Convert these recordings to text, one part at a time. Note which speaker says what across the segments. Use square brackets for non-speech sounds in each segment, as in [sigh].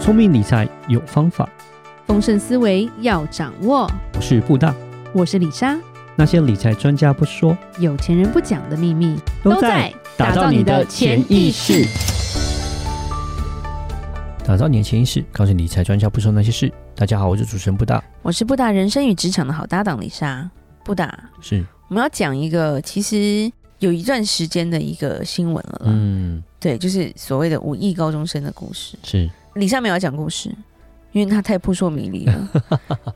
Speaker 1: 聪明理财有方法，
Speaker 2: 丰盛思维要掌握。
Speaker 1: 我是布大。
Speaker 2: 我是李莎，
Speaker 1: 那些理财专家不说，
Speaker 2: 有钱人不讲的秘密
Speaker 1: 打造你的潜意识。，打造你的潜意识，告诉你理财专家不说那些事。大家好，我是主持人布大，
Speaker 2: 我是布达人生与职场的好搭档李莎。布达，
Speaker 1: 是
Speaker 2: 我们要讲一个其实有一段时间的一个新闻了啦，
Speaker 1: 嗯
Speaker 2: 对，就是所谓的五亿高中生的故事。
Speaker 1: 是
Speaker 2: 李莎没有要讲故事，因为她太扑朔迷离了。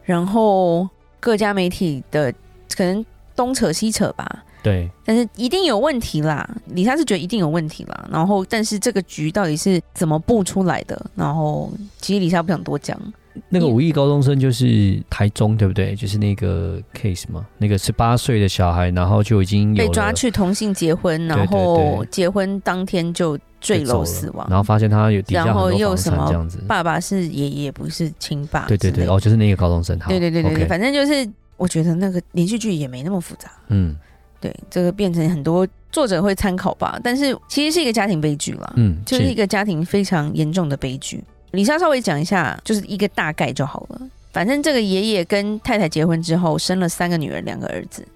Speaker 2: 然后各家媒体的可能东扯西扯吧，
Speaker 1: 对
Speaker 2: 但是一定有问题啦，李莎是觉得一定有问题啦。然后，但是这个局到底是怎么布出来的？然后，其实李莎不想多讲，
Speaker 1: 那个五亿高中生就是台中对不对？就是那个 case 嘛，那个十八岁的小孩，然后就已经有
Speaker 2: 被
Speaker 1: 了
Speaker 2: 抓去同性结婚，
Speaker 1: 对对
Speaker 2: 然后
Speaker 1: 对
Speaker 2: 结婚当天就坠
Speaker 1: 就走
Speaker 2: 楼
Speaker 1: 了
Speaker 2: 死亡。
Speaker 1: 然后发现他有底下很
Speaker 2: 然后
Speaker 1: 多
Speaker 2: 又
Speaker 1: 房
Speaker 2: 什
Speaker 1: 产
Speaker 2: 么
Speaker 1: 这样子，
Speaker 2: 爸爸是爷爷，不是亲爸之
Speaker 1: 对
Speaker 2: 类的。
Speaker 1: 对对，哦，就是那个高中生，好
Speaker 2: 对对对对对，
Speaker 1: OK，
Speaker 2: 反正就是我觉得那个连续剧也没那么复杂。
Speaker 1: 嗯
Speaker 2: 对，这个变成很多作者会参考吧，但是其实是一个家庭悲剧啦。
Speaker 1: 嗯，
Speaker 2: 就是一个家庭非常严重的悲剧。李莎稍微讲一下，就是一个大概就好了。反正这个爷爷跟太太结婚之后，生了三个女儿，两个儿子。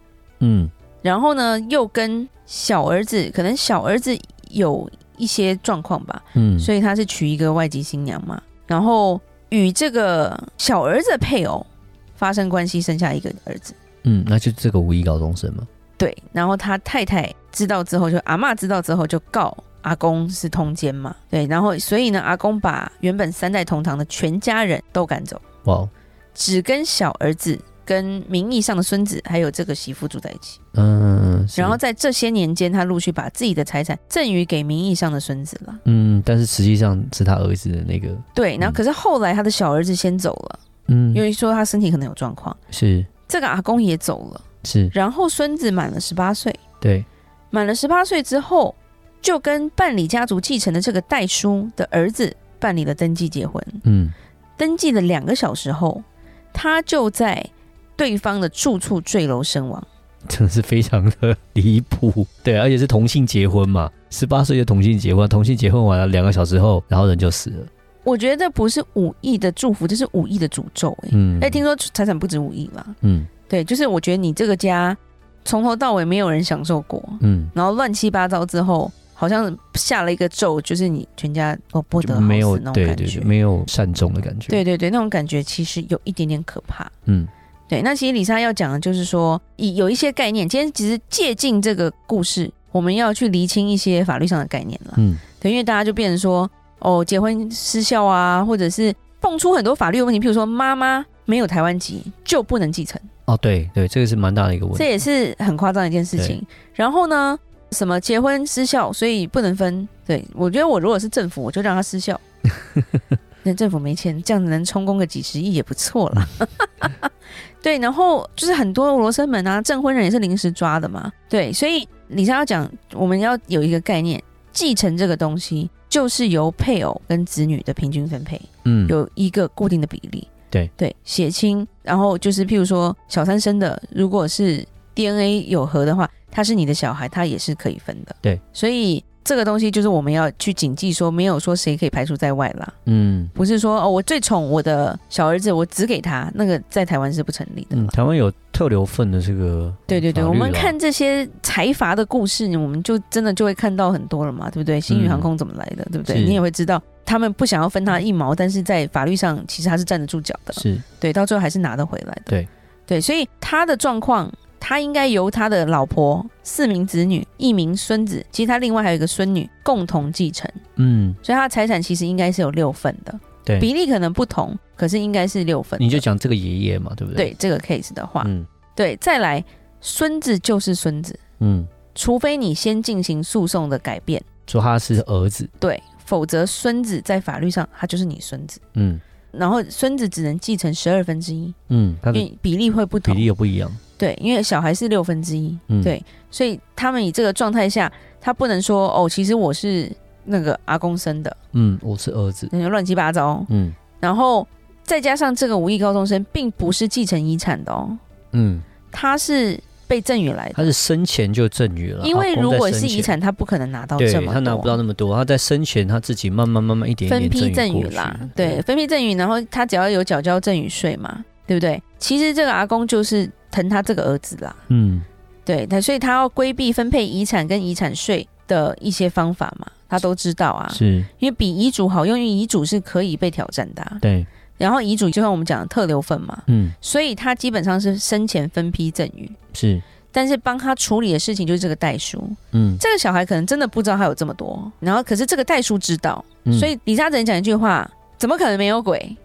Speaker 1: 嗯
Speaker 2: 然后呢，又跟小儿子，可能小儿子有一些状况吧，
Speaker 1: 嗯，
Speaker 2: 所以他是娶一个外籍新娘嘛。然后与这个小儿子的配偶发生关系，生下一个儿子。
Speaker 1: 嗯，那就这个五一高中生嘛，
Speaker 2: 对，然后他太太知道之后就，阿嬷知道之后就告阿公是通奸嘛，对，然后所以呢，阿公把原本三代同堂的全家人都赶走，
Speaker 1: 哇，哦
Speaker 2: 只跟小儿子、跟名义上的孙子还有这个媳妇住在一起。
Speaker 1: 嗯，是
Speaker 2: 然后在这些年间，他陆续把自己的财产赠与给名义上的孙子了。
Speaker 1: 嗯，但是实际上是他儿子的那个，
Speaker 2: 对，然后
Speaker 1: 嗯
Speaker 2: 可是后来他的小儿子先走了，
Speaker 1: 嗯
Speaker 2: 因，为说他身体可能有状况，
Speaker 1: 是
Speaker 2: 这个阿公也走了，
Speaker 1: 是，
Speaker 2: 然后孙子满了十八岁。
Speaker 1: 对，
Speaker 2: 满了十八岁之后，就跟办理家族继承的这个代叔的儿子办理了登记结婚。
Speaker 1: 嗯
Speaker 2: 登记的两个小时后，他就在对方的住处坠楼身亡。
Speaker 1: 真的是非常的 [laughs] 离谱，对，啊而且是同性结婚嘛，十八岁就同性结婚，同性结婚完了两个小时后，然后人就死了，
Speaker 2: 我觉得不是五亿的祝福，这是五亿的诅咒、欸。哎、
Speaker 1: 嗯，
Speaker 2: 听说财产不止五亿啦。
Speaker 1: 嗯
Speaker 2: 对，就是我觉得你这个家从头到尾没有人享受过，
Speaker 1: 嗯，
Speaker 2: 然后乱七八糟之后，好像下了一个咒，就是你全家哦不得
Speaker 1: 就
Speaker 2: 好死
Speaker 1: 没有
Speaker 2: 那种
Speaker 1: 对
Speaker 2: 感
Speaker 1: 对对，
Speaker 2: 觉。
Speaker 1: 没有善终的感觉，，
Speaker 2: 对对啊对，那种感觉其实有一点点可怕。
Speaker 1: 嗯
Speaker 2: 对，那其实李莎要讲的就是说，以有一些概念，今天其实借鉴这个故事，我们要去厘清一些法律上的概念了。
Speaker 1: 嗯
Speaker 2: 对，因为大家就变成说，哦，结婚失效啊，或者是蹦出很多法律的问题，譬如说妈妈没有台湾籍就不能继承，
Speaker 1: 哦，对对，这个是蛮大的一个问
Speaker 2: 这
Speaker 1: 题，
Speaker 2: 也是很夸张的一件事情。然后呢，什么结婚失效，所以不能分。对我觉得我如果是政府，我就让它失
Speaker 1: [laughs]
Speaker 2: 效。那政府没钱，这样能充公个几十亿也不错
Speaker 1: [laughs]
Speaker 2: 啦。对，然后就是很多罗生门啊，证婚人也是临时抓的嘛。对，所以李莎要讲，我们要有一个概念，继承这个东西就是由配偶跟子女的平均分配。
Speaker 1: 嗯
Speaker 2: 有一个固定的比例。
Speaker 1: 对
Speaker 2: 对，血亲，然后就是譬如说小三生的，如果是 DNA 有合的话，他是你的小孩，他也是可以分的。
Speaker 1: 对，
Speaker 2: 所以这个东西就是我们要去谨记说，没有说谁可以排除在外啦，
Speaker 1: 嗯。
Speaker 2: 不是说哦我最宠我的小儿子，我只给他，那个在台湾是不成立的啦。
Speaker 1: 嗯，台湾有特留份的这个
Speaker 2: 对对对，
Speaker 1: 法
Speaker 2: 我
Speaker 1: 律啊
Speaker 2: 们
Speaker 1: 啦
Speaker 2: 看这些财阀的故事，我们就真的就会看到很多了嘛，对不对？星宇航空怎么来的，对不对？
Speaker 1: 嗯是
Speaker 2: 你也会知道，他们不想要分他一毛，但是在法律上其实他是站得住脚的。
Speaker 1: 是
Speaker 2: 对，到最后还是拿得回来的。
Speaker 1: 对
Speaker 2: 对，所以他的状况，他应该由他的老婆、四名子女、一名孙子，其实他另外还有一个孙女共同继承，
Speaker 1: 嗯，
Speaker 2: 所以他的财产其实应该是有六份的，
Speaker 1: 对
Speaker 2: 比例可能不同，可是应该是六份的。
Speaker 1: 你就讲这个爷爷嘛，对不对？
Speaker 2: 对这个 case 的话，
Speaker 1: 嗯
Speaker 2: 对，再来孙子就是孙子，
Speaker 1: 嗯，
Speaker 2: 除非你先进行诉讼的改变，
Speaker 1: 说他是儿子，
Speaker 2: 对，否则孙子在法律上他就是你孙子，
Speaker 1: 嗯
Speaker 2: 然后孙子只能继承十二分之一，
Speaker 1: 嗯，他
Speaker 2: 因
Speaker 1: 的
Speaker 2: 为比例会不
Speaker 1: 比
Speaker 2: 同
Speaker 1: 例。又不一样，
Speaker 2: 对，因为小孩是六分之一，
Speaker 1: 嗯，
Speaker 2: 对所以他们以这个状态下，他不能说哦，其实我是那个阿公生的，
Speaker 1: 嗯，我是儿子，
Speaker 2: 那就乱七八糟。
Speaker 1: 嗯
Speaker 2: 然后再加上这个无意高中生并不是继承遗产的哦，
Speaker 1: 嗯，
Speaker 2: 他是被赠与来
Speaker 1: 他是
Speaker 2: 的，
Speaker 1: 生前就赠予了，
Speaker 2: 因为
Speaker 1: 老公
Speaker 2: 如
Speaker 1: 在
Speaker 2: 果
Speaker 1: 生
Speaker 2: 是遗
Speaker 1: 前，
Speaker 2: 产，他不可能拿到
Speaker 1: 对
Speaker 2: 这么多，
Speaker 1: 他拿不到那么多，啊他在生前他自己慢慢慢慢一点一
Speaker 2: 分
Speaker 1: 点
Speaker 2: 批赠
Speaker 1: 过
Speaker 2: 与
Speaker 1: 去
Speaker 2: 啦，对，，分批赠与，然后他只要有缴交赠与税嘛，对不对？其实这个阿公就是疼他这个儿子啦，
Speaker 1: 嗯，
Speaker 2: 对，他所以他要规避分配遗产跟遗产税的一些方法嘛，他都知道啊，
Speaker 1: 是
Speaker 2: 因为比遗嘱好用，因为遗嘱是可以被挑战的啊、
Speaker 1: 对，
Speaker 2: 然后遗嘱就像我们讲的特留份嘛，
Speaker 1: 嗯，
Speaker 2: 所以他基本上是生前分批赠与，
Speaker 1: 是，
Speaker 2: 但是帮他处理的事情就是这个代书，
Speaker 1: 嗯，
Speaker 2: 这个小孩可能真的不知道他有这么多，然后可是这个代书知道，
Speaker 1: 嗯
Speaker 2: 所以李嘉诚讲一句话：怎么可能没有
Speaker 1: [laughs]
Speaker 2: 鬼？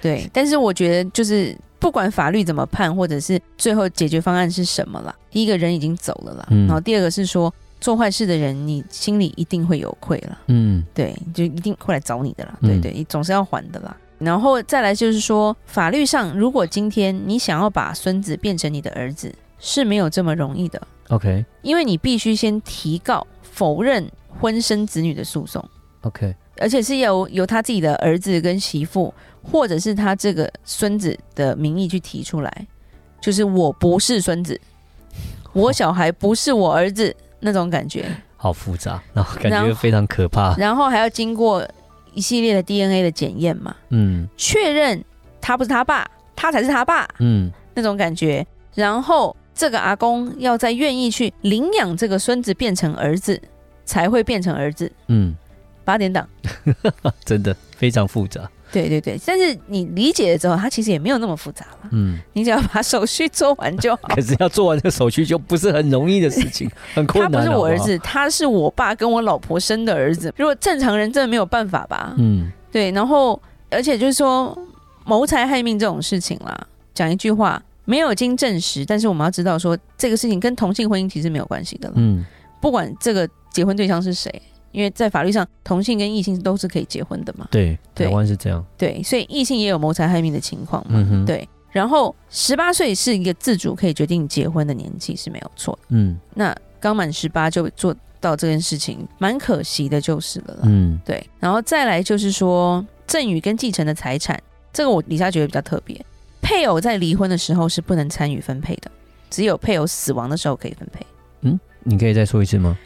Speaker 2: 对，但是我觉得就是不管法律怎么判，或者是最后解决方案是什么啦，第一个人已经走了啦，
Speaker 1: 嗯
Speaker 2: 然后第二个是说做坏事的人，你心里一定会有愧啦，
Speaker 1: 嗯
Speaker 2: 对，就一定会来找你的啦，
Speaker 1: 嗯
Speaker 2: 对对，你总是要还的啦。然后再来就是说，法律上如果今天你想要把孙子变成你的儿子，是没有这么容易的。
Speaker 1: ，OK
Speaker 2: 因为你必须先提告否认婚生子女的诉讼，
Speaker 1: OK，
Speaker 2: 而且是由由他自己的儿子跟媳妇，或者是他这个孙子的名义去提出来，就是我不是孙子，我小孩不是我儿子那种感觉，
Speaker 1: 好复杂，然后感
Speaker 2: 然
Speaker 1: 觉
Speaker 2: 后
Speaker 1: 非常可怕，
Speaker 2: 然后还要经过一系列的 DNA 的检验嘛，
Speaker 1: 嗯
Speaker 2: 确认他不是他爸，他才是他爸
Speaker 1: 嗯
Speaker 2: 那种感觉，然后。这个阿公要在愿意去领养这个孙子变成儿子，才会变成儿子。
Speaker 1: 嗯，
Speaker 2: 八点档。
Speaker 1: 真的非常复杂，
Speaker 2: 对对对，但是你理解了之后，它其实也没有那么复杂
Speaker 1: [laughs]
Speaker 2: 了，
Speaker 1: 嗯，
Speaker 2: 你只要把手续做完就好。
Speaker 1: 可是要做完这个手续就不是很容易的事
Speaker 2: [laughs]
Speaker 1: 情，很
Speaker 2: 他
Speaker 1: [laughs] 困
Speaker 2: 不
Speaker 1: 难，啊
Speaker 2: 是我儿
Speaker 1: 好不好，
Speaker 2: 子，他是我爸跟我老婆生的儿子。如果正常人真的没有办法吧？
Speaker 1: 嗯
Speaker 2: 对，然后而且就是说谋财害命这种事情啦，讲一句话没有经证实，但是我们要知道说这个事情跟同性婚姻其实没有关系的了，
Speaker 1: 嗯
Speaker 2: 不管这个结婚对象是谁，因为在法律上同性跟异性都是可以结婚的嘛。
Speaker 1: 对，
Speaker 2: 对
Speaker 1: 台湾是这样，
Speaker 2: 对，所以异性也有谋财害命的情况嘛。
Speaker 1: 嗯哼
Speaker 2: 对，然后十八岁是一个自主可以决定结婚的年纪是没有错的。
Speaker 1: 嗯
Speaker 2: 那刚满十八就做到这件事情，蛮可惜的，就是了啦。
Speaker 1: 嗯
Speaker 2: 对，然后再来就是说赠与跟继承的财产，这个我底下觉得比较特别。配偶在离婚的时候是不能参与分配的，只有配偶死亡的时候可以分配。
Speaker 1: 你可以再说一次吗？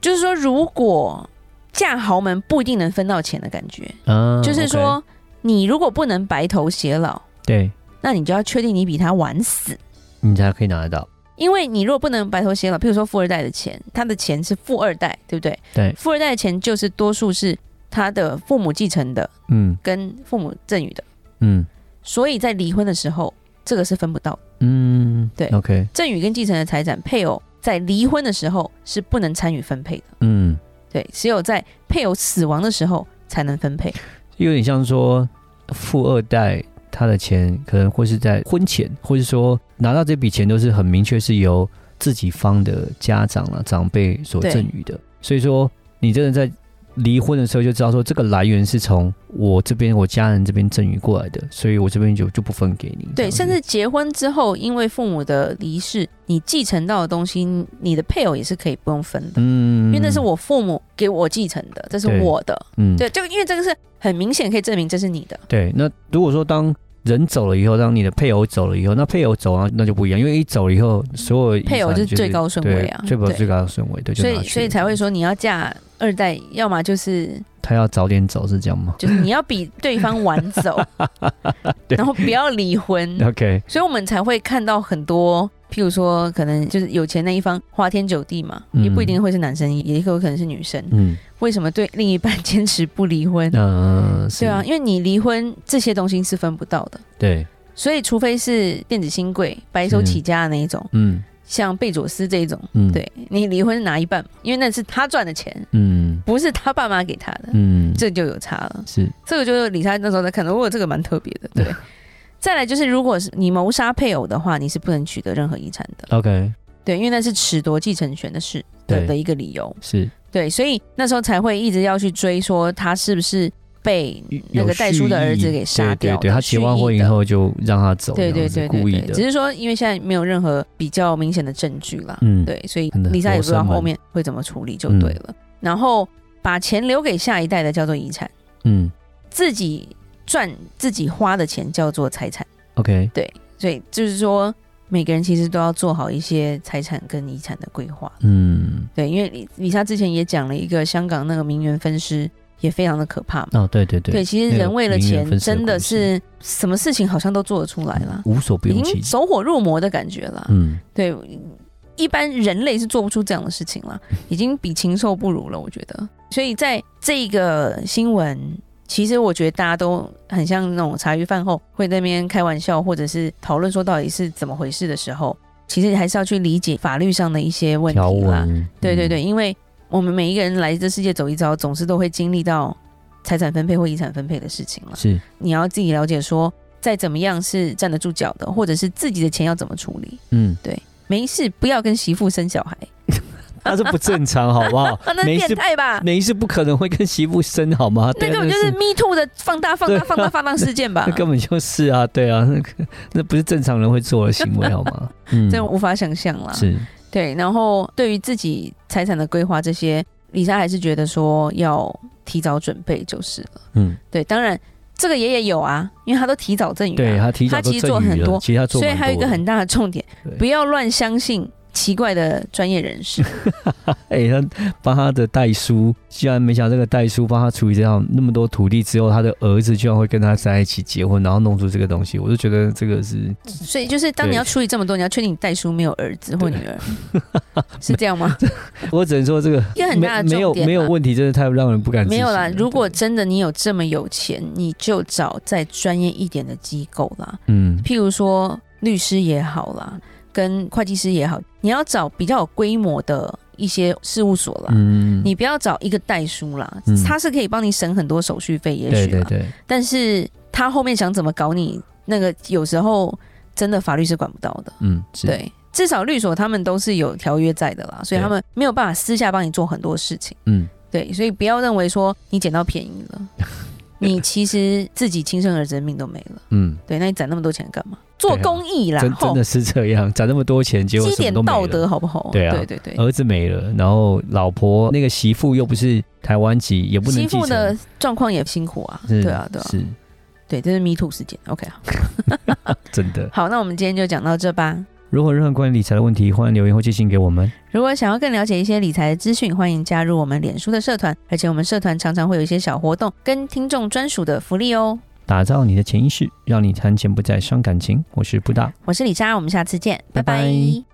Speaker 2: 就是说，如果嫁豪门不一定能分到钱的感觉，
Speaker 1: 啊，
Speaker 2: 嗯就是
Speaker 1: OK，
Speaker 2: 说你如果不能白头偕老，
Speaker 1: 对
Speaker 2: 那你就要确定你比他晚死，
Speaker 1: 你才可以拿得到，
Speaker 2: 因为你如果不能白头偕老，譬如说富二代的钱，他的钱是富二代，对不对？
Speaker 1: 对
Speaker 2: 富二代的钱就是多数是他的父母继承的，
Speaker 1: 嗯
Speaker 2: 跟父母赠与的，
Speaker 1: 嗯
Speaker 2: 所以在离婚的时候，这个是分不到的
Speaker 1: 嗯，
Speaker 2: 对
Speaker 1: ，OK，
Speaker 2: 赠与跟继承的财产，配偶在离婚的时候是不能参与分配的，
Speaker 1: 嗯。
Speaker 2: 对，只有在配偶死亡的时候才能分配。
Speaker 1: 有点像说富二代他的钱可能会是在婚前，或是说拿到这笔钱都是很明确是由自己方的家长啊长辈所赠予的，所以说你真的在离婚的时候就知道说这个来源是从我这边我家人这边赠予过来的，所以我这边就就不分给你。这
Speaker 2: 对，
Speaker 1: 样子
Speaker 2: 甚至结婚之后，因为父母的离世，你继承到的东西，你的配偶也是可以不用分的。
Speaker 1: 嗯，
Speaker 2: 因为那是我父母给我继承的，这是
Speaker 1: 对
Speaker 2: 我的。
Speaker 1: 嗯
Speaker 2: 对，就因为这个是很明显可以证明这是你的。
Speaker 1: 对，那如果说当人走了以后，当你的配偶走了以后，那配偶走啊，那就不一样，因为一走了以后，所有遗产
Speaker 2: 配偶
Speaker 1: 就是
Speaker 2: 最高顺位啊
Speaker 1: 对最高
Speaker 2: 对
Speaker 1: 最高顺位，对，就
Speaker 2: 所
Speaker 1: 拿
Speaker 2: 以
Speaker 1: 去
Speaker 2: 所以
Speaker 1: 了
Speaker 2: 才会说你要嫁二代，要么就是
Speaker 1: 他要早点走是这样吗，
Speaker 2: 就是你要比对方晚走
Speaker 1: [laughs] 对
Speaker 2: 然后不要离婚。
Speaker 1: ？OK，
Speaker 2: 所以我们才会看到很多，譬如说可能就是有钱那一方花天酒地嘛，
Speaker 1: 嗯
Speaker 2: 也不一定会是男生，也有可能是女生。
Speaker 1: 嗯，
Speaker 2: 为什么对另一半坚持不离
Speaker 1: [laughs]
Speaker 2: 婚？
Speaker 1: 那是
Speaker 2: 对啊，，因为你离婚这些东西是分不到的，
Speaker 1: 对，
Speaker 2: 所以除非是电子新贵、白手
Speaker 1: 是
Speaker 2: 起家的那一种。
Speaker 1: 嗯
Speaker 2: 像贝佐斯这一种，
Speaker 1: 嗯，，
Speaker 2: 对你离婚拿一半，因为那是他赚的钱，
Speaker 1: 嗯
Speaker 2: 不是他爸妈给他的，
Speaker 1: 嗯，
Speaker 2: 这就有差了。
Speaker 1: 是
Speaker 2: 这个就是李莎那时候在看的，我这个蛮特别
Speaker 1: [laughs]
Speaker 2: 的，对。再来就是，如果是你谋杀配偶的话，你是不能取得任何遗产的，
Speaker 1: OK，
Speaker 2: 对，因为那是褫夺继承权的事的
Speaker 1: 对
Speaker 2: 的一个理由，
Speaker 1: 是
Speaker 2: 对，所以那时候才会一直要去追说他是不是被那个代书的儿子给杀掉
Speaker 1: 对
Speaker 2: 的
Speaker 1: 对对，他结完婚
Speaker 2: 蓄意
Speaker 1: 以
Speaker 2: 的
Speaker 1: 后就让他走，
Speaker 2: 对
Speaker 1: 这
Speaker 2: 对
Speaker 1: 样子
Speaker 2: 对
Speaker 1: 故意
Speaker 2: 对对，只
Speaker 1: 的，
Speaker 2: 是说因为现在没有任何比较明显的证据啦，
Speaker 1: 嗯，
Speaker 2: 对，所以
Speaker 1: 真的
Speaker 2: 李莎也不知道
Speaker 1: 罗生门嗯
Speaker 2: 后面会怎么处理，就对了。然后把钱留给下一代的叫做遗产，
Speaker 1: 嗯
Speaker 2: 自己赚自己花的钱叫做财产。
Speaker 1: ，OK，
Speaker 2: 所以就是说，每个人其实都要做好一些财产跟遗产的规划。
Speaker 1: 嗯，
Speaker 2: 对，因为李李莎之前也讲了一个香港那个名媛分尸也非常的可怕嘛。
Speaker 1: 哦，对对对，
Speaker 2: 对，其实人为了
Speaker 1: 那个名媛
Speaker 2: 钱
Speaker 1: 分尸的
Speaker 2: 真的
Speaker 1: 故事
Speaker 2: 是什么事情好像都做得出来啦，
Speaker 1: 无所不
Speaker 2: 已
Speaker 1: 用其
Speaker 2: 经
Speaker 1: 极。
Speaker 2: 走火入魔的感觉啦。
Speaker 1: 嗯，
Speaker 2: 对，一般人类是做不出这样的事情
Speaker 1: [laughs]
Speaker 2: 了，已经比禽兽不如了，我觉得。所以在这个新闻，其实我觉得大家都很像那种茶余饭后会在那边开玩笑，或者是讨论说到底是怎么回事的时候，其实还是要去理解法律上的一些问题
Speaker 1: 条
Speaker 2: 啦。
Speaker 1: 文，
Speaker 2: 对
Speaker 1: 嗯，
Speaker 2: 对对，因为我们每一个人来这世界走一遭，总是都会经历到财产分配或遗产分配的事情了。
Speaker 1: 是
Speaker 2: 你要自己了解说，再怎么样是站得住脚的，或者是自己的钱要怎么处理。
Speaker 1: 嗯，
Speaker 2: 没事，不要跟媳妇生小孩，？
Speaker 1: 那是不正常，好不好
Speaker 2: [laughs] 那是
Speaker 1: 没
Speaker 2: 变
Speaker 1: 事，
Speaker 2: 态吧？
Speaker 1: 没事，不可能会跟媳妇生好吗？
Speaker 2: 那
Speaker 1: 对啊
Speaker 2: 根本就
Speaker 1: 那
Speaker 2: 是啊 Me Too 的放大、放
Speaker 1: 对
Speaker 2: 大、
Speaker 1: 啊
Speaker 2: 放大、放大事件吧
Speaker 1: 那？根本就是啊，对啊，那个那不是正常人会做的行为，好
Speaker 2: [laughs]
Speaker 1: 吗？嗯，
Speaker 2: 真无法想象啦。
Speaker 1: 是，
Speaker 2: 对，然后对于自己财产的规划这些，李莎还是觉得说要提早准备就是了。
Speaker 1: 嗯，
Speaker 2: 对，当然这个爷爷有啊，因为他都提早赠与、啊，
Speaker 1: 对他提早
Speaker 2: 他
Speaker 1: 都
Speaker 2: 其实做
Speaker 1: 赠予
Speaker 2: 很
Speaker 1: 了
Speaker 2: 多
Speaker 1: 其实他做
Speaker 2: 所以
Speaker 1: 蛮
Speaker 2: 还有一
Speaker 1: 多
Speaker 2: 个
Speaker 1: 的
Speaker 2: 很大的重点
Speaker 1: 对，
Speaker 2: 不要乱相信奇怪的专业
Speaker 1: [laughs]
Speaker 2: 人士。
Speaker 1: 哎、他帮他的代叔，居然没想到这个代叔帮他处理这样那么多土地之后，他的儿子居然会跟他在一起结婚，然后弄出这个东西，我就觉得这个是
Speaker 2: 所以就是当你
Speaker 1: 对
Speaker 2: 要处理这么多，你要确定你代叔没有儿子或女儿， [laughs] 是这
Speaker 1: [laughs]
Speaker 2: 样吗？
Speaker 1: 我只能说这个
Speaker 2: 一个很大的
Speaker 1: 没没有
Speaker 2: 重点啊
Speaker 1: 没有问题，真的太让人不敢置
Speaker 2: 没有啦，
Speaker 1: 信了
Speaker 2: 如果
Speaker 1: 对
Speaker 2: 真的你有这么有钱，你就找再专业一点的机构啦，
Speaker 1: 嗯
Speaker 2: 譬如说律师也好啦，跟会计师也好，你要找比较有规模的一些事务所啦。
Speaker 1: 嗯，
Speaker 2: 啊你不要找一个代书啦，
Speaker 1: 嗯
Speaker 2: 他是可以帮你省很多手续费，也许啦啊
Speaker 1: 对对对，
Speaker 2: 但是他后面想怎么搞你，那个有时候真的法律是管不到的。
Speaker 1: 嗯是，
Speaker 2: 对，至少律所他们都是有条约在的啦，所以
Speaker 1: 对
Speaker 2: 他们没有办法私下帮你做很多事情。
Speaker 1: 嗯
Speaker 2: 对，所以不要认为说你捡到便宜
Speaker 1: [laughs]
Speaker 2: 了，你其实自己亲生儿子的命都没了。
Speaker 1: 嗯，
Speaker 2: 对，那你攒那么多钱干嘛？做公益啦，
Speaker 1: 啊真真的是这样，攒那么多钱，结
Speaker 2: 吼
Speaker 1: 果
Speaker 2: 积
Speaker 1: 什么
Speaker 2: 点
Speaker 1: 都
Speaker 2: 道
Speaker 1: 没
Speaker 2: 德
Speaker 1: 了。
Speaker 2: 好不好？
Speaker 1: 对啊
Speaker 2: 对对对
Speaker 1: 儿子没了，然后老婆那个媳妇又不是台湾籍，也不能
Speaker 2: 媳
Speaker 1: 继
Speaker 2: 妇
Speaker 1: 承。
Speaker 2: 的状况也辛苦啊，
Speaker 1: 是
Speaker 2: 对啊，对啊，
Speaker 1: 是
Speaker 2: 对，这是 Me Too 事件。OK，好
Speaker 1: 真的。
Speaker 2: 好，那我们今天就讲到这吧。
Speaker 1: 如果有任何关于理财的问题，欢迎留言或寄信给我们。
Speaker 2: 如果想要更了解一些理财的资讯，欢迎加入我们脸书的社团，而且我们社团常常会有一些小活动跟听众专属的福利哦。
Speaker 1: 打造你的潜意识，让你谈钱不再伤感情。我是布大。
Speaker 2: 我是李莎，我们下次见，
Speaker 1: 拜
Speaker 2: 拜
Speaker 1: 拜
Speaker 2: 拜